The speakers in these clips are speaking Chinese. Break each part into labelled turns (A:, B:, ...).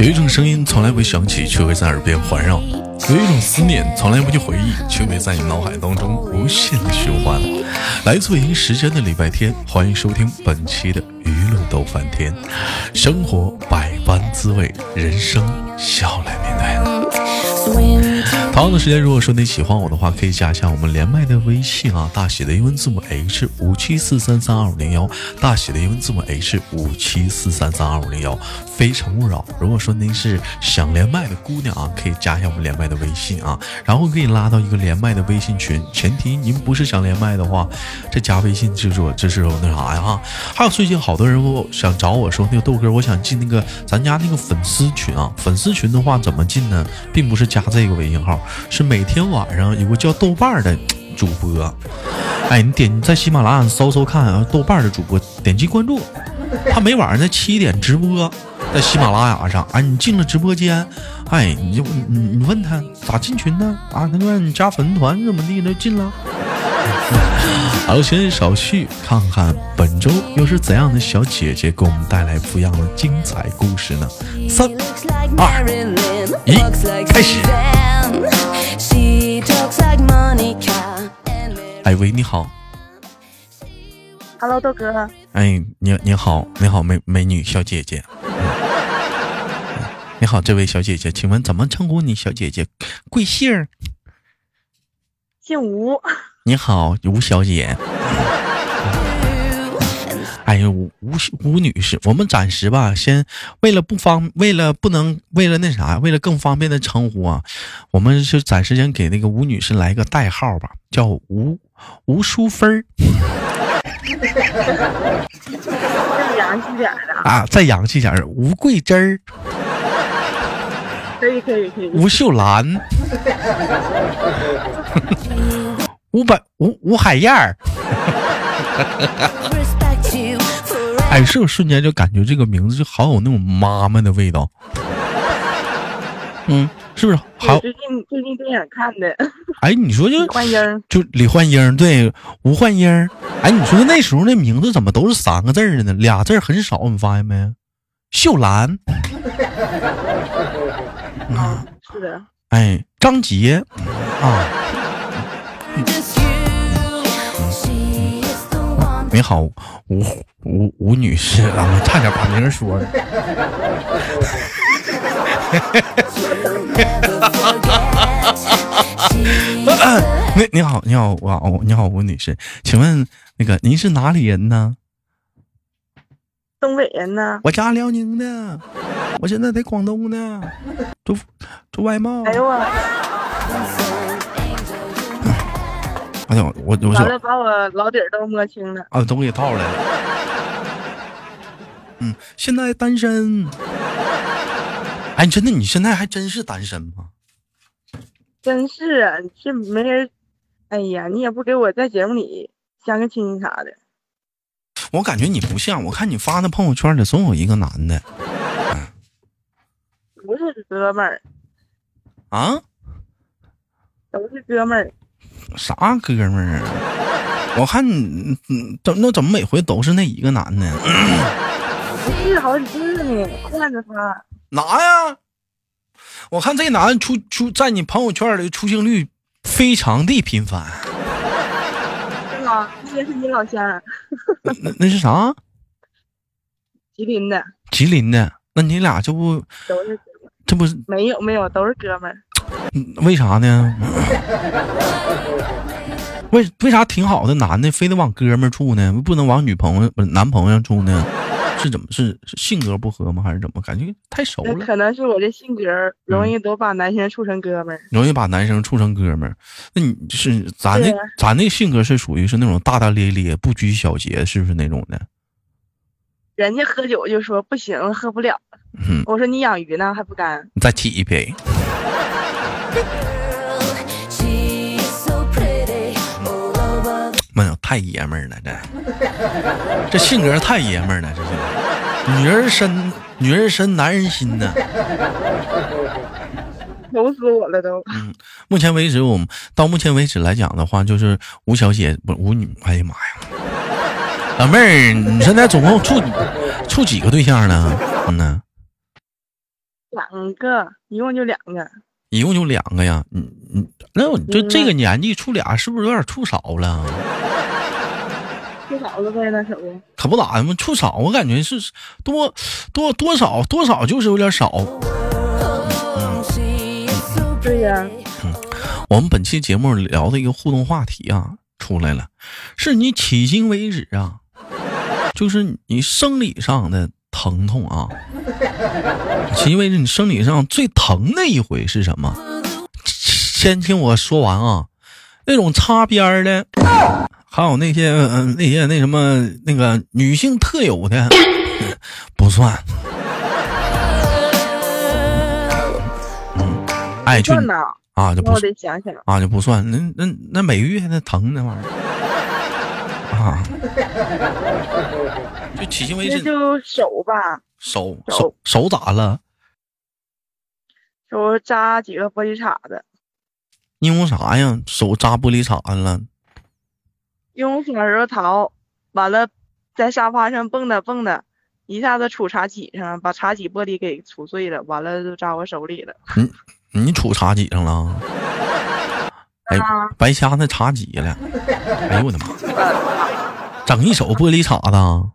A: 有一种声音从来不会响起，却会在耳边环绕；有一种思念从来不去回忆，却会在你脑海当中无限的循环。来自北京时间的礼拜天，欢迎收听本期的娱乐逗翻天，生活百般滋味，人生笑来面对。同样的时间，如果说你喜欢我的话，可以加一下我们连麦的微信啊，大写的英文字母 H 五七四三三二五零幺，大写的英文字母 H 五七四三三二五零幺，非诚勿扰。如果说您是想连麦的姑娘啊，可以加一下我们连麦的微信啊，然后可以拉到一个连麦的微信群，前提您不是想连麦的话，这加微信就是我这是我那啥呀哈。还有最近好多人我想找我说那个豆哥，我想进那个咱家那个粉丝群啊，粉丝群的话怎么进呢？并不是加这个微信号，是每天晚上有个叫豆瓣儿的主播，哎，你点你在喜马拉雅搜搜看啊，豆瓣儿的主播点击关注，他每晚上在七点直播，在喜马拉雅上，哎，你进了直播间，哎，你就你你你问他咋进群呢？啊，他说你加粉丝团怎么地，就进了。好了，闲言少叙，看看本周又是怎样的小姐姐给我们带来不一样的精彩故事呢？三二一，开始。哎喂，你好，
B: Hello，豆哥，
A: 哎，你你好，你好，美美女小姐 姐。嗯你好，这位小姐姐，请问怎么称呼你？小姐姐，贵姓儿？
B: 姓吴，
A: 你好，吴小 姐。哎呀，吴吴吴女士，我们暂时吧，先为了不方，为了不能，为了那啥，为了更方便的称呼啊，我们是暂时先给那个吴女士来个代号吧，叫吴吴淑芬儿
B: 正洋气点儿的，
A: 啊，再洋气点儿，吴桂珍儿、
B: 可以可以可以，
A: 吴秀 兰、吴百吴吴海燕儿。哎，是不是瞬间就感觉这个名字就好有那种妈妈的味道？嗯，是不是？好
B: 我，最近最近电影看的，
A: 哎，你说就
B: 李焕英儿
A: 就李焕英，对，吴焕英。哎，你说那时候那名字怎么都是三个字儿的呢？俩字儿很少，你发现没？秀兰，
B: 啊，是的，
A: 哎，张杰，啊。你好，吴吴吴女士啊，我差点把名儿说了。你你好，你好，哇哦，你好，吴女士，请问那个您是哪里人呢？
B: 东北人呢？
A: 我家辽宁的，我现在在广东呢，做做外贸。
B: 哎呦我，
A: 哎呦，我我
B: 完
A: 说
B: 了把我老底儿都摸清了，
A: 啊，都给套出来了。嗯，现在单身。哎，真的，你现在还真是单身吗？
B: 真是啊，这没人，哎呀，你也不给我在节目里相个亲啥的，
A: 我感觉你不像，我看你发那朋友圈里总有一个男的
B: 不是哥们儿，
A: 啊，
B: 都是哥们儿，
A: 啥哥们儿啊？我看你嗯怎那怎么每回都是那一个男的？
B: 不是好几个呢，惯着他，
A: 拿呀！我看这男的出出在你朋友圈里出镜率非常的频繁。
B: 是吗？那个是你老乡，
A: 那那是啥？
B: 吉林的，
A: 吉林的？那你俩这不
B: 都是
A: 这不是
B: 没有没有，都是哥们儿，
A: 嗯为啥呢？为为啥挺好的男的非得往哥们儿处呢？不能往女朋友不是男朋友处呢？是怎么是是性格不合吗？还是怎么？感觉太熟
B: 那
A: 了，
B: 可能是我这性格儿容易都把男生处成哥们儿。
A: 容易把男生处成哥们儿。那你是咱那
B: 对啊
A: 咱那性格是属于是那种大大咧咧、不拘小节，是不是那种的？
B: 人家喝酒就说不行，喝不了。
A: 嗯
B: 我说你养鱼呢还不干？
A: 你再起一杯。妈呀，太爷们儿了，这 这性格太爷们儿了，这是女人深，女人深，男人心呐。
B: 愁死我了都！
A: 目前为止，我们到目前为止来讲的话，就是吴小姐不吴女，哎呀妈呀，老妹儿，你现在总共处处几个对象呢？嗯呢，
B: 两个，一共就两个。
A: 一共就两个呀，你你那我就这个年纪处俩是不是有点处少了？
B: 缺少了呗，那时候。
A: 可不咋的嘛，处少我感觉是多多多少多少就是有点少。
B: 对呀，
A: 我们本期节目聊的一个互动话题啊，出来了，是你迄今为止啊，就是你生理上的疼痛啊，迄今为止你生理上最疼的一回是什么？先听我说完啊，那种擦边儿的，还有那些嗯、呃那些那什么那个女性特有的不算，嗯，哎就
B: 算呐，
A: 啊就
B: 那
A: 不
B: 我
A: 算。
B: 得想想。
A: 啊，就不算。那那那每月还那疼那玩意儿啊，就迄今为
B: 那
A: 止
B: 就手吧，
A: 手
B: 手
A: 手手咋了？
B: 手扎几个玻璃碴子，
A: 因为啥呀？手扎玻璃碴子了？
B: 因为小时候淘，完了在沙发上蹦跶蹦跶，一下子杵茶几上，把茶几玻璃给杵碎了，完了就扎我手里了。
A: 你杵茶几上了？哎
B: 啊，
A: 白瞎那茶几了！哎呦我的妈！整一手玻璃碴子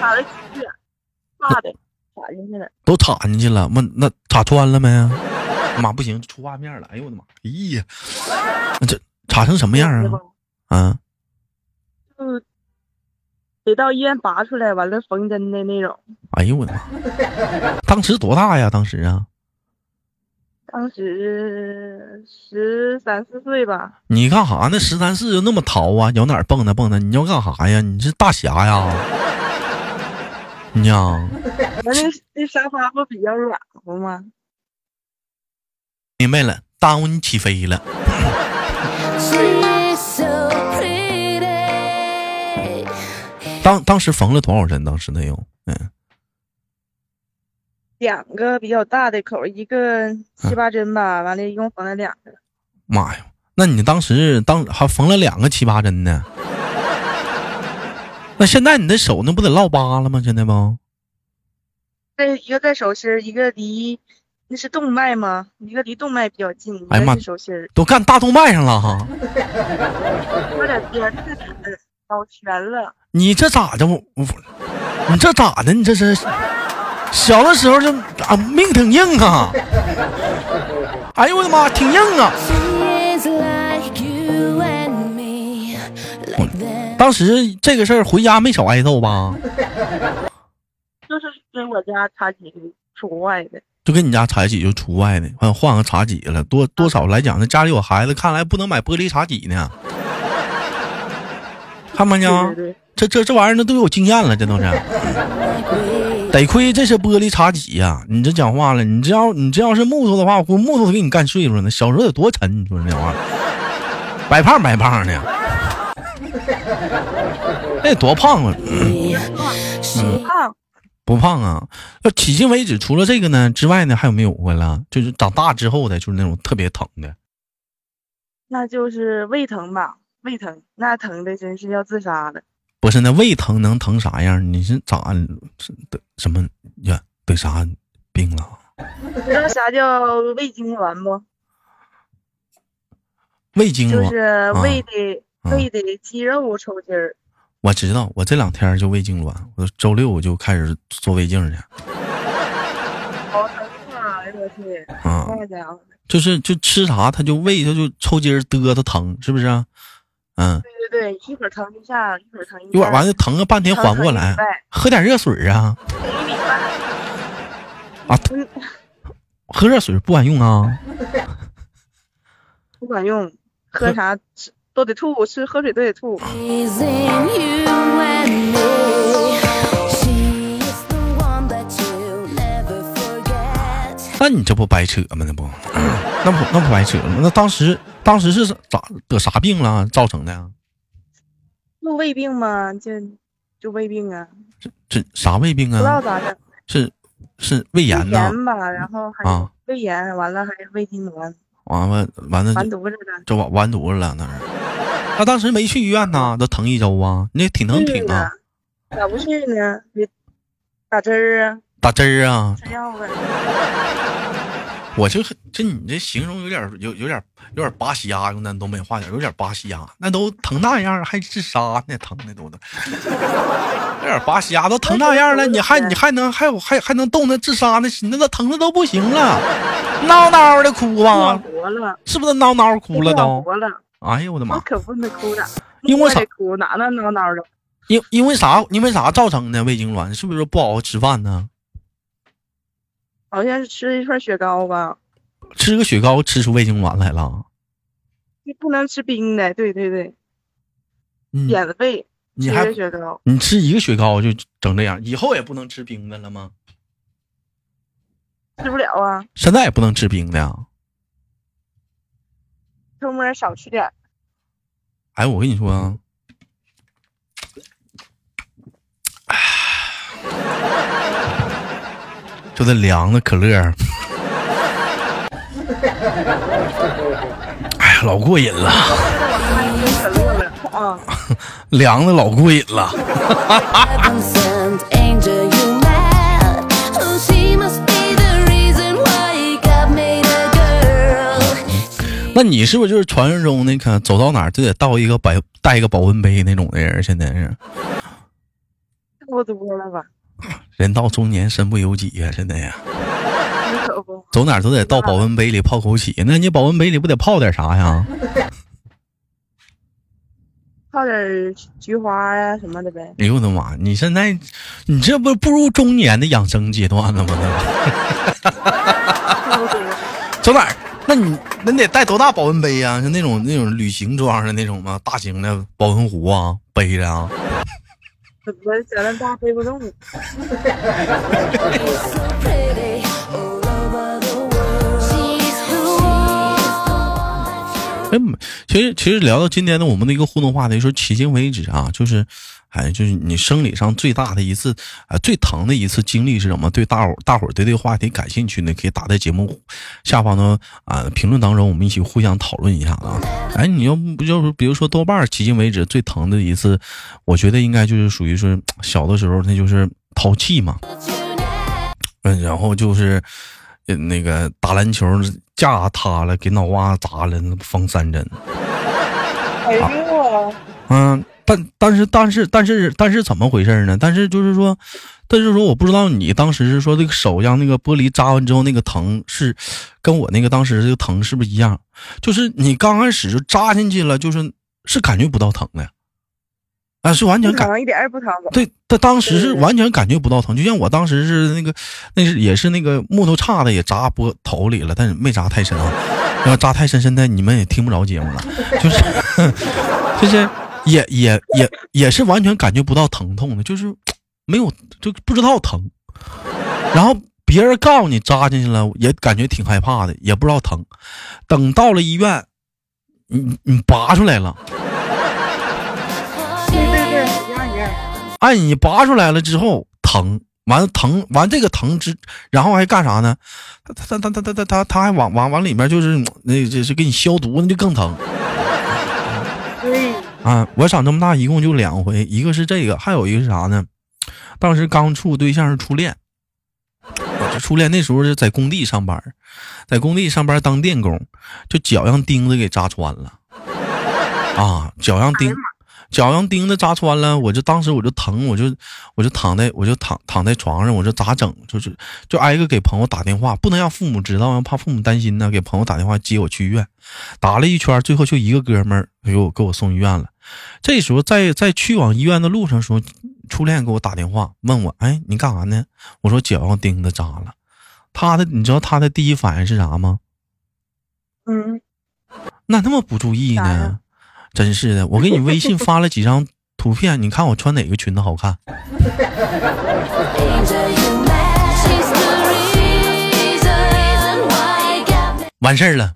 B: 打了几个，大的打进去了。
A: 都铲进去了，那那插穿了没？啊妈不行，出画面了！哎呦我的妈！咦呀，那这插成什么样
B: 对
A: 啊
B: 吧？？
A: 啊，
B: 就嗯得到医院拔出来，完了缝针的那种。
A: 哎呦我的妈！当时多大呀？当时啊？
B: 当时十三四岁吧，
A: 你干啥呢？十三四就那么淘啊？有哪儿蹦跶蹦跶？你要干啥呀？你是大侠呀？你呀，
B: 完那那沙发不比较软和吗？
A: 明白了，耽误你起飞了。当当时缝了多少针？当时那又，嗯，
B: 两个比较大的口，一个七八针吧，完了一共缝了两个。
A: 妈呀，那你当时当还缝了两个七八针呢？那现在你的手那不得落疤了吗？现在不，
B: 这一个在手心儿，一个离那是动脉吗？一个离动脉比较近，一
A: 哎呀妈
B: 个是手心儿，
A: 都干大动脉上了哈。
B: 有点边太长了，老悬了。
A: 你这咋的？我我，你这咋的？你这是小的时候就啊命挺硬啊！哎呦我的妈，挺硬啊！当时这个事儿回家没少挨揍吧？
B: 就是跟我家茶几除外的，
A: 就跟你家茶几就除外的，换换个茶几了，多多少来讲，那家里有孩子，看来不能买玻璃茶几呢。看没呢
B: 对对？对，
A: 这这这玩意儿，那都有经验了，这都是。得亏这是玻璃茶几呀、你这讲话了，你这要你这要是木头的话，我估木头都给你干碎了呢。小时候得多沉，你说这玩意儿，白胖白胖的，那得多胖啊！
B: 啊，
A: 不胖啊？要迄今为止，除了这个呢之外呢，还有没有过了？就是长大之后的，就是那种特别疼的。
B: 那就是胃疼吧，胃疼，那疼的真是要自杀了。
A: 不是那胃疼能疼啥样？你是咋是得什么呀？得啥病了？
B: 知道啥叫胃痉挛不？
A: 胃啊痉挛。
B: 就是胃的、
A: 嗯啊
B: 胃的肌肉抽筋儿，
A: 我知道，我这两天就胃痉挛，我周六我就开始做胃镜去
B: 好疼啊！哎呦我去，
A: 啊，
B: 那家伙，
A: 就是就吃啥，它就胃它就抽筋儿嘚它疼，是不是、啊？嗯，
B: 对对对，一会儿疼一下，一会儿疼一下，
A: 一会儿完了疼个半天
B: 疼
A: 缓不过
B: 一
A: 来
B: 礼，拜
A: 喝点热水啊
B: 疼一礼拜
A: 啊，
B: 嗯，
A: 喝热水不管用啊，
B: 不管用，喝啥吃都得吐，吃喝水都得吐。
A: 那你这不白扯吗？那不，嗯那不那不白扯吗？那当时当时是咋得啥病了造成的、啊？
B: 就胃病嘛，就就胃病啊，
A: 这啥胃病
B: 不知道
A: 啊？
B: 咋整，
A: 是是胃炎呐、
B: 炎吧，然后还
A: 啊
B: 胃炎，完了还胃痉挛，
A: 完了完了就
B: 完犊子了。
A: 这完完犊子了那是。那当时没去医院呐，都疼一周啊，你也挺能挺
B: 是
A: 啊
B: 啊。咋不去呢？你打针儿啊？
A: 打汁儿啊！
B: 这样呗。
A: 我就很这你这形容有点儿有有点儿有点儿拔瞎，用咱东北话讲有点儿拔瞎，那都疼那样儿还自杀呢，疼的都都，有点儿拔瞎都疼那样儿了，你还你还能还有还还能动那自杀那心，那都疼的都不行了，嗷嗷的哭
B: 暖
A: 吧，
B: 和了，
A: 是不是嗷嗷哭了
B: 暖
A: 都？
B: 和了，
A: 哎呀我的
B: 我
A: 妈！
B: 可不能哭的，
A: 因为
B: 我
A: 啥
B: 得哭，哪能孬孬的？
A: 因因为啥因为啥造成的胃痉挛？是不是不好好吃饭呢？
B: 好像是吃一份雪糕吧，
A: 吃个雪糕吃出胃痉挛来了？
B: 就不能吃冰的，对对对，
A: 嗯，
B: 减了肥，
A: 你
B: 吃
A: 还
B: 个雪糕，
A: 你吃一个雪糕就整这样，以后也不能吃冰的了吗？
B: 吃不了啊，
A: 现在也不能吃冰的呀。
B: 偷摸少吃点儿。
A: 哎，我跟你说啊，唉就这凉的可 乐儿，哎呀，老过瘾了，
B: 可乐了啊，
A: 凉的老过瘾了。
C: Absent angel you met. Oh, she must be the reason why you got made a girl.
A: 那你是不是就是传说中那个走到哪儿就得倒一个百带一个保温杯那种的人？现在是
B: 差不多了吧？
A: 人到中年身不由己呀、现在呀。
B: 那可不，
A: 走哪儿都得到保温杯里泡枸杞，那你保温杯里不得泡点啥呀？
B: 泡点儿菊花呀、什么的呗。
A: 哎呦我的妈！你现在，你这不步入中年的养生阶段了吗？
B: 差不多，
A: 走哪儿？那你那你得带多大保温杯呀、像那种那种旅行装的那种吗？大型的保温壶啊，背着啊。
B: 怎么咱那大背不动？
C: So pretty all over the world. She's the one.
A: 哎，其实其实聊到今天的我们的一个互动话题，说迄今为止啊，就是，哎，就是你生理上最大的一次，啊、最疼的一次经历是什么？对大伙大伙儿对这个话题感兴趣呢，可以打在节目下方的啊、评论当中，我们一起互相讨论一下啊。哎，你要不就是比如说豆瓣儿迄今为止最疼的一次，我觉得应该就是属于是小的时候，那就是淘气嘛，
C: But you never
A: 嗯，然后就是，呃那个打篮球架塌了，给脑瓜砸了，那不缝三针。啊
B: 哎呦，
A: 嗯，但但是但是但是但是怎么回事呢？但是就是说，但是说我不知道你当时是说这个手让那个玻璃扎完之后那个疼是，跟我那个当时这个疼是不是一样？就是你刚开始就扎进去了，就是是感觉不到疼的，啊，是完全
B: 不
A: 感
B: 疼，一点儿也不疼。
A: 对，他当时是
B: 对对对
A: 完全感觉不到疼，就像我当时是那个，那是也是那个木头叉子也扎脖头里了，但是没扎太深啊。要扎太深，现在你们也听不着节目了，就是 就是也也也也是完全感觉不到疼痛的，就是没有就不知道疼。然后别人告诉你扎进去了，也感觉挺害怕的，也不知道疼。等到了医院，你你拔出来了。
B: 对
C: forget.
B: 对对，一样一样。
A: 哎，你拔出来了之后疼，完疼完这个疼之，然后还干啥呢？他他他他他他他还往往往里面就是嗯那这是给你消毒，那就更疼
B: 对，
A: 啊！我长这么大一共就两回，一个是这个，还有一个是啥呢？当时刚处对象是初恋，我这初恋那时候是在工地上班，在工地上班当电工，就脚让钉子给扎穿了啊！脚让钉。脚让钉子扎穿了，我就当时我就疼，我就我就躺在我就躺躺在床上，我说咋整？就是就挨个给朋友打电话，不能让父母知道，怕父母担心呢。给朋友打电话接我去医院，打了一圈，最后就一个哥们儿给我给我送医院了。这时候在在去往医院的路上的时候，初恋给我打电话问我，哎，你干啥呢？我说脚让钉子扎了。他的你知道他的第一反应是啥吗？
B: 嗯，
A: 那那么不注意
B: 啥
A: 呢
B: 呀？
A: 真是的，我给你微信发了几张图片， 你看我穿哪个裙子好看？
C: angel you met. She's the reason why you got me.
A: 完事儿了。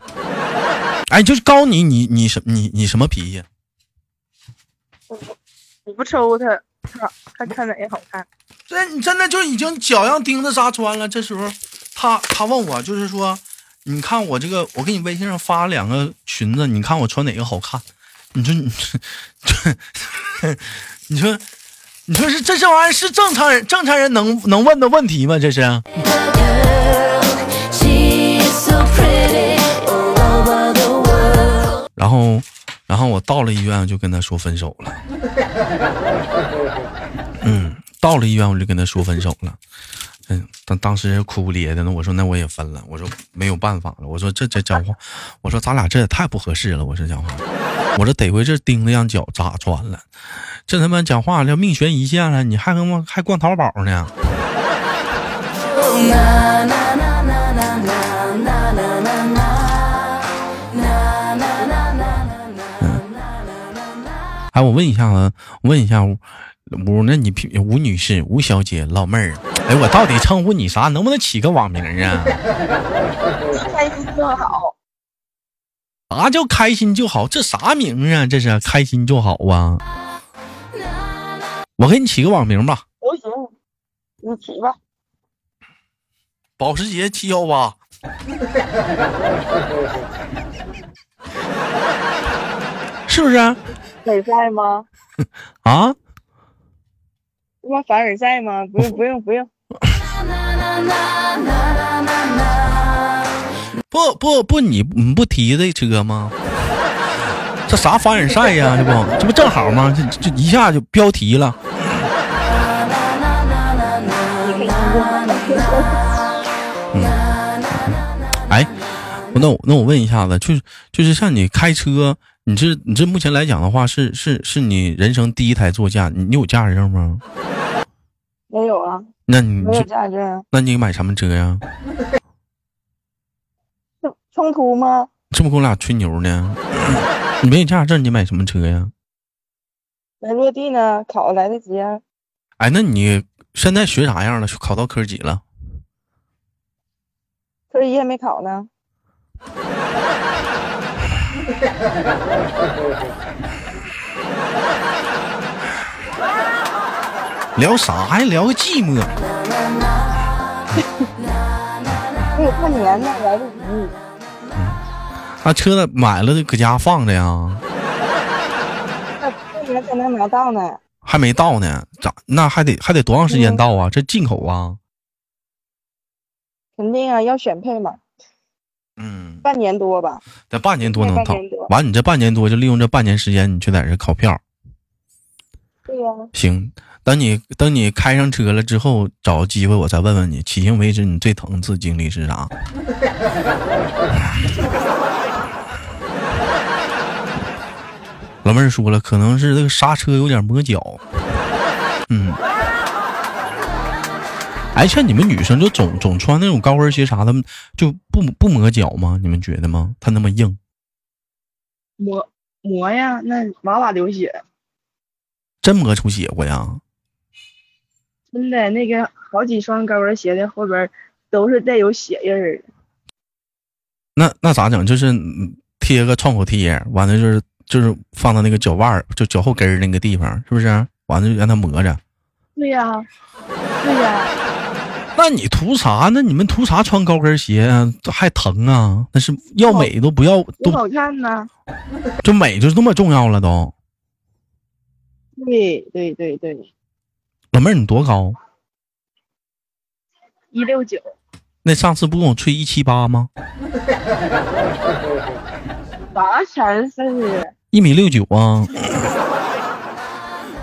A: 哎，就是告诉你，你你什你你什么脾气？
B: 我不抽他，看看看哪个好看。
A: 这你真的就已经脚让钉子扎穿了。这时候，他他问我，就是说，你看我这个，我给你微信上发了两个裙子，你 看我穿哪个好看？你说你，你说，你说是这这玩意儿是正常人正常人能能问的问题吗？这是啊
C: The girl, she's so pretty all over the world.
A: 然后，然后我到了医院，我就跟他说分手了。嗯，到了医院我就跟他说分手了。嗯，当当时哭不咧的呢，我说那我也分了，我说没有办法了，我说这这讲话，我说咱俩这也太不合适了，我说讲话，我说得亏这钉子让脚扎穿了，这他妈讲话要命悬一线了，你还跟我还逛淘宝呢？
C: Oh na na na na na na na na na na na na na na na na na na.
A: 哎，我问一下啊，问一下吴，吴，那你平吴女士、吴小姐、老妹儿，哎，我到底称呼你啥？能不能起个网名啊？
B: 开心就好，
A: 啥叫开心就好？这啥名啊？这是开心就好啊！我给你起个网名吧，
B: 都行，你提吧。
A: 保时捷七幺八。 是不是啊？
B: 凡尔赛吗？
A: 啊
B: 不说凡尔赛吗？不用不用不用，
A: 不不不，你你不提这车吗？这啥凡尔赛呀、这不这不正好吗？这这这一下就标题了。哎，那我那我问一下子，就是就是像你开车，你这你这目前来讲的话，是是是你人生第一台座驾，你你有驾驶证吗？
B: 没有啊，
A: 那你
B: 没有
A: 就
B: 价值啊，
A: 那你买什么车呀？
B: 冲冲突吗？
A: 这不跟我俩吹牛呢？ 你没有驾驶证，你买什么车呀？
B: 没落地呢，考来得及啊。
A: 哎，那你现在学啥样了？考到科几了？
B: 科一还没考呢，
A: 聊啥呀？聊个寂寞。
B: 还有半年呢，来得及。
A: 那、车子买了，搁家放着呀，
B: 那半年才能拿到呢，
A: 还没到呢。咋？那还得还得多长时间到
B: 嗯
A: 啊？这进口啊？
B: 肯定啊，要选配嘛，
A: 嗯。
B: 半年多吧。
A: 得半年多能
B: 半
A: 到
B: 年多，
A: 完你这半年多就利用这半年时间，你去在这考票。
B: 对呀、
A: 行，等你等你开上车了之后，找个机会我再问问你，迄今为止你最疼自经历是啥？ 老妹儿说了，可能是这个刹车有点磨脚。嗯，哎，像你们女生就总总穿那种高跟鞋啥的，就不不磨脚吗？你们觉得吗？它那么硬，
B: 磨磨呀，那哇哇流血，
A: 真磨出血过呀？
B: 真的那个好几双高跟鞋的后边都是带有血印儿的。
A: 那那咋整？就是嗯贴个创口贴，完了就是就是放到那个脚腕儿，就脚后跟儿那个地方，是不是？完了就让它磨着。
B: 对呀、对呀、
A: 那你图啥？那你们图啥穿高跟鞋啊？还疼啊？那是要美都不要，
B: 多
A: 都
B: 好看呢！
A: 就美就这么重要了都。
B: 对对对对，
A: 老妹儿，你多高？
B: 一六九，
A: 那上次不跟我吹一七八吗？
B: 啥前事儿？
A: 一米六九啊。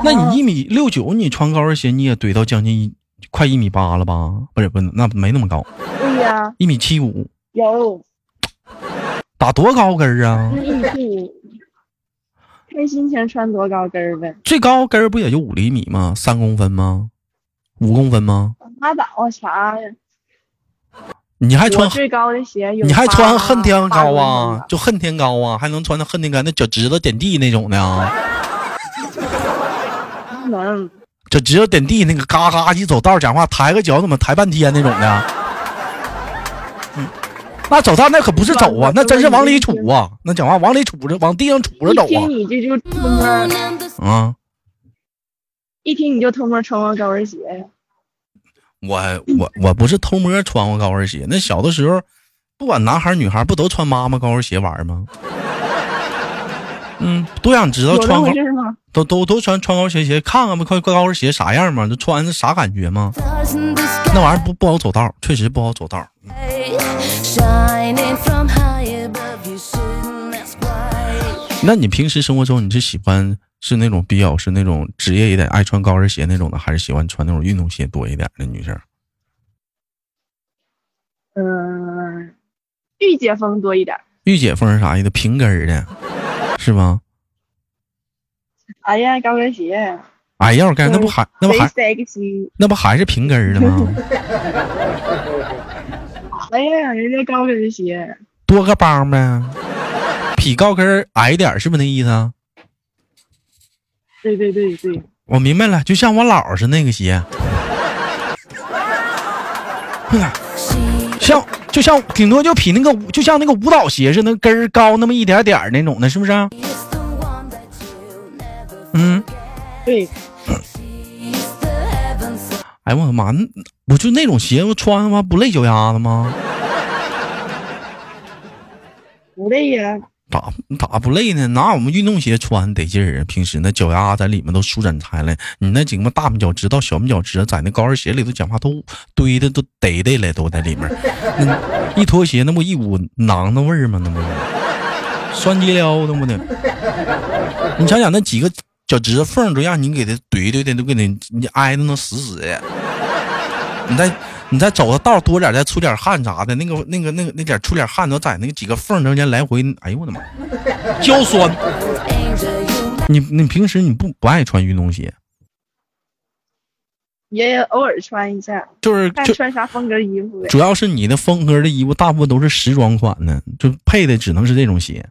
A: 那你一米六九，你穿高跟鞋你也怼到将近一快一米八了吧？不是不是，那没那么高，
B: 对呀、
A: 一米七五，
B: 有
A: 打多高跟儿啊？
B: 那一米看心情穿多高跟儿呗。
A: 最高跟儿不也就五厘米吗？三公分吗？五公分吗？
B: 拉倒啊，啥呀？
A: 你还穿
B: 我最高的鞋有
A: 你还穿
B: 八啊
A: 恨天
B: 八
A: 高
B: 公分
A: 啊
B: 吧？
A: 就恨天高啊？还能穿到恨天高？那脚趾头点地那种的啊？
B: 不能，
A: 脚趾头点地那个嘎嘎一走道讲话抬个脚怎么抬半天那种的？啊嗯那走道那可不是走啊，那真是往里杵啊！那讲话往里杵着，往地上杵着
B: 一
A: 走
B: 听你这就偷摸，
A: 啊！啊，
B: 一听你就偷摸穿过高跟鞋呀。
A: 我我我不是偷摸穿过高跟鞋，那小的时候，不管男孩儿女孩儿不都穿妈妈高跟鞋玩儿吗？嗯，都想知道
B: 有那
A: 穿高
B: 回事吗？
A: 都都都穿穿高跟鞋，看看吧，看高跟鞋啥样嘛，这穿着啥感觉嘛？那玩意儿不不好走道，确实不好走道。
C: Shining from high above, you shouldn't ask why.
A: 那你平时生活中你是喜欢是那种比较是那种职业一点爱穿高跟鞋那种的，还是喜欢穿那种运动鞋多一点的女生？
B: 嗯，御姐风多一点。
A: 御姐风啥的，平跟儿的，是吗？
B: 哎呀，高跟鞋，
A: 哎呀，我干那不还那不
B: 贼
A: 还
B: sexy。
A: 那不还是平跟儿的吗？
B: 哎呀，人家高跟鞋，
A: 多个帮呗，比高跟儿矮点儿是不是那意思啊？
B: 对对对对，
A: 我明白了，就像我姥儿是那个鞋，
C: She
A: 像就像顶多就比那个就像那个舞蹈鞋似的，那跟儿高那么一点点儿那种的，是不是啊？
C: is the one that you'll never
A: 嗯，
B: 对，
C: She's the heaven sent
A: 哎我的妈，那我就那种鞋我穿他妈不累脚丫子吗？
B: 不累呀。
A: 咋咋不累呢？拿我们运动鞋穿得劲儿啊！平时那脚丫在里面都舒展开了，你那几个大拇脚趾到小拇脚趾，啊在那高跟鞋里头讲话都堆的都逮的了，都在里面。那一脱鞋那不一股囊的味儿吗？那不酸鸡撩那不的。你想想那几个脚趾头缝儿都让你给它怼怼的，都给你你挨的那死死的。你再你再走个道多点儿，再出点汗啥的，那个那个那个那点儿出点汗都在那个几个缝儿中间来回，哎呦我的妈，腰酸。
C: angel you met.
A: 你你平时你不不爱穿运动鞋，
B: 也偶尔穿一下，
A: 就是
B: 看
A: 就
B: 穿啥风格衣服呗。啊
A: 主要是你的风格的衣服大部分都是时装款的，就配的只能是这种鞋。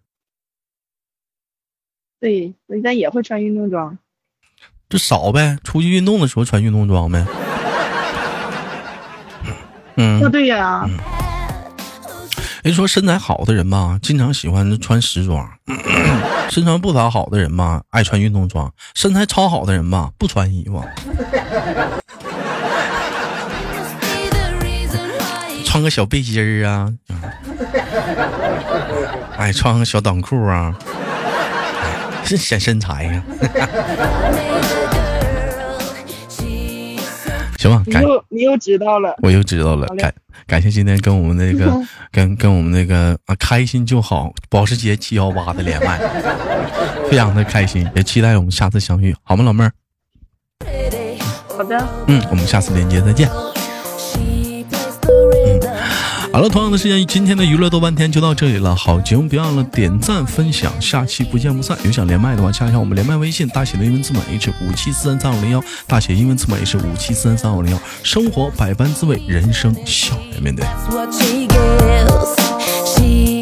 B: 对，我现在也会穿运动装。
A: 就少呗，出去运动的时候穿运动装呗。
B: 那
A: 嗯，
B: 哦对呀、
A: 人说身材好的人吧，经常喜欢穿时装； 身材不咋好的人吧，爱穿运动装；身材超好的人吧，不穿衣服，
C: Must be the reason why
A: 穿个小背心儿啊，嗯哎，穿个小短裤啊，哎是显身材呀、
C: I made a girl. She's
A: 行吧，
B: 你
A: 感
B: 又你又知道了，
A: 我又知道了
B: 好，嘞
A: 感感谢今天跟我们那个跟跟我们那个啊开心就好保时捷七幺八的连 麦，非常的开心，也期待我们下次相遇，好吗，老妹儿？
C: pretty.
B: 好的。
A: 嗯，我们下次连接再见。
C: She plays the rhythm.
A: 好了，同样的时间，今天的娱乐豆瓣天就到这里了。好节目不要忘了点赞分享，下期不见不散。有想连麦的话，加一下我们连麦微信，大写的英文字母 H 五七四三三五零幺，大写英文字母 H 五七四三三五零幺。生活百般滋味，人生笑来面对。
C: That's what she gives. She